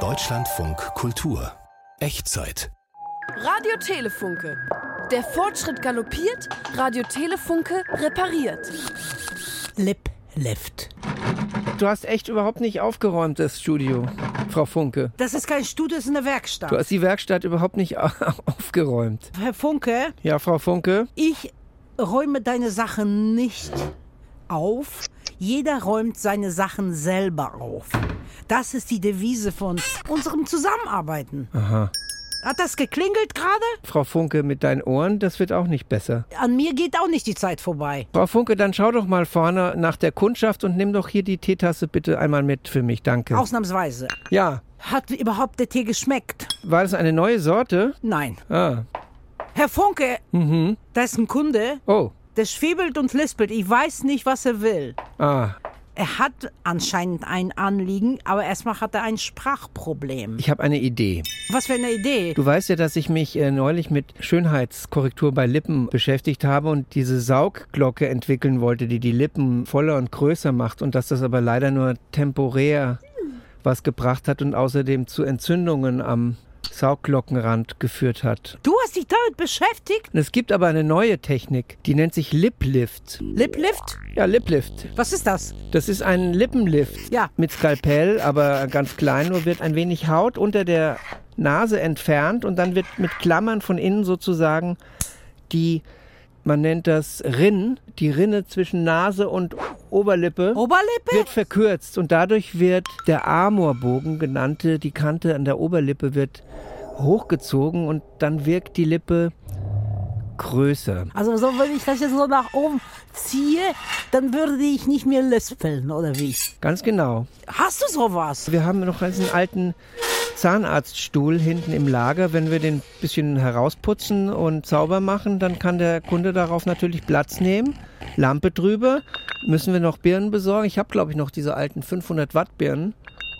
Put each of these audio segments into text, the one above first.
Deutschlandfunk Kultur. Echtzeit. Radio Telefunke. Der Fortschritt galoppiert, Radio Telefunke repariert. Lip Left. Du hast echt überhaupt nicht aufgeräumt, das Studio, Frau Funke. Das ist kein Studio, das ist eine Du Werkstatt. hast die Werkstatt überhaupt nicht au- aufgeräumt. Herr Funke, Ja, Frau Funke, ich räume deine Sachen nicht auf. Jeder räumt seine Sachen selber auf. Das ist die Devise von unserem Zusammenarbeiten. Hat das geklingelt gerade? Frau Funke mit deinen Ohren, das wird auch nicht besser. An mir geht auch nicht die Zeit vorbei. Frau Funke, dann schau doch mal vorne nach der Kundschaft und nimm doch hier die Teetasse bitte einmal mit für mich, danke. Ausnahmsweise. Ja, Hat überhaupt der Tee geschmeckt? war das eine neue Sorte? Nein. Ah, Herr Funke, Mhm. da ist ein Kunde, oh, der schwebelt und lispelt. Ich weiß nicht, was er will. ah. Er hat anscheinend ein Anliegen, aber erstmal hat er ein Sprachproblem. Ich habe eine Idee. Was für eine Idee. Du weißt ja, dass ich mich äh, neulich mit Schönheitskorrektur bei Lippen beschäftigt habe und diese Saugglocke entwickeln wollte, die die Lippen voller und größer macht und dass das aber leider nur temporär was gebracht hat und außerdem zu Entzündungen am Saugglockenrand geführt hat. Du hast dich damit beschäftigt? Und es gibt aber eine neue Technik, die nennt sich Liplift. Liplift? Ja, Liplift. Was ist das? Das ist ein Lippenlift Ja. mit Skalpell, aber ganz klein, nur wird ein wenig Haut unter der Nase entfernt und dann wird mit Klammern von innen sozusagen die, man nennt das Rinn, die Rinne zwischen Nase und Oberlippe Oberlippe? wird verkürzt und dadurch wird der Amorbogen genannte, die Kante an der Oberlippe wird hochgezogen und dann wirkt die Lippe größer. Also so, wenn ich das jetzt so nach oben ziehe, dann würde ich nicht mehr lispeln, oder wie? Ganz genau. Hast du sowas? Wir haben noch einen alten Zahnarztstuhl hinten im Lager. Wenn wir den ein bisschen herausputzen und sauber machen, dann kann der Kunde darauf natürlich Platz nehmen. Lampe drüber. Müssen wir noch Birnen besorgen? Ich habe, glaube ich, noch diese alten 500 Watt Birnen.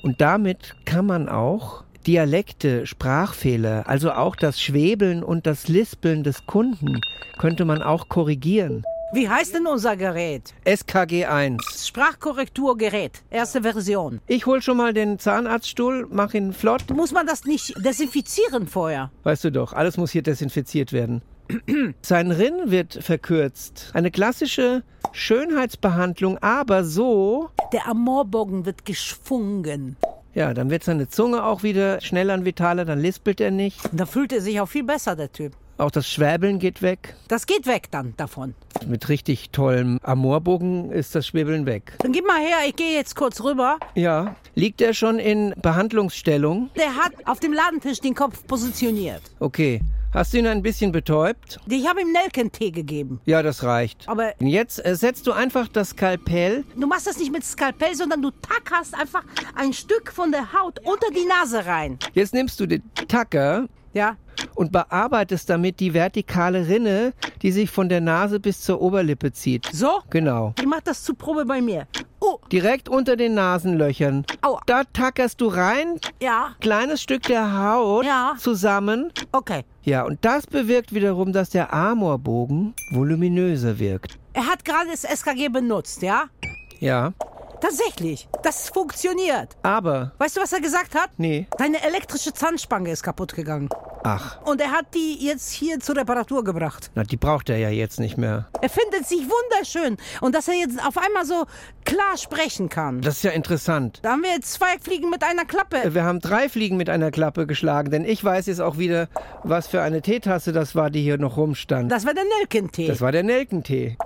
Und damit kann man auch Dialekte, Sprachfehler, also auch das Schwebeln und das Lispeln des Kunden könnte man auch korrigieren. Wie heißt denn unser Gerät? SKG 1. Sprachkorrekturgerät, erste Version. Ich hol schon mal den Zahnarztstuhl, mach ihn flott. Muss man das nicht desinfizieren vorher? Weißt du doch, alles muss hier desinfiziert werden. Sein Rinn wird verkürzt. Eine klassische Schönheitsbehandlung, aber so. Der Amorbogen wird geschwungen. Ja, dann wird seine Zunge auch wieder schneller und vitaler, dann lispelt er nicht. Und da fühlt er sich auch viel besser, der Typ. Auch das Schwäbeln geht weg. Das geht weg dann davon. Mit richtig tollem Amorbogen ist das Schwäbeln weg. Dann gib mal her, ich gehe jetzt kurz rüber. Ja. Liegt er schon in Behandlungsstellung? Der hat auf dem Ladentisch den Kopf positioniert. Okay. Hast du ihn ein bisschen betäubt? Ich habe ihm Nelkentee gegeben. Ja, das reicht. Aber Jetzt äh, setzt du einfach das Skalpell du machst das nicht mit Skalpell, sondern du tackerst einfach ein Stück von der Haut unter die Nase rein. Jetzt nimmst du den Tacker Ja. und bearbeitest damit die vertikale Rinne, die sich von der Nase bis zur Oberlippe zieht. So? Genau. Ich mach das zur Probe bei mir. Oh, Direkt unter den Nasenlöchern. Aua. Da tackerst du rein, ja, kleines Stück der Haut Ja. zusammen. okay. Ja, und das bewirkt wiederum, dass der Amorbogen voluminöser wirkt. Er hat gerade das SKG benutzt, ja? Ja, Tatsächlich. Das funktioniert. aber Weißt du, was er gesagt hat? nee, Deine elektrische Zahnspange ist kaputt gegangen. ach, Und er hat die jetzt hier zur Reparatur gebracht. na die braucht er ja jetzt nicht mehr. Er findet sich wunderschön. Und dass er jetzt auf einmal so klar sprechen kann. Das ist ja interessant. Da haben wir jetzt zwei Fliegen mit einer Klappe. Wir haben drei Fliegen mit einer Klappe geschlagen, denn ich weiß jetzt auch wieder, was für eine Teetasse das war, die hier noch rumstand. Das war der Nelkentee. Das war der Nelkentee.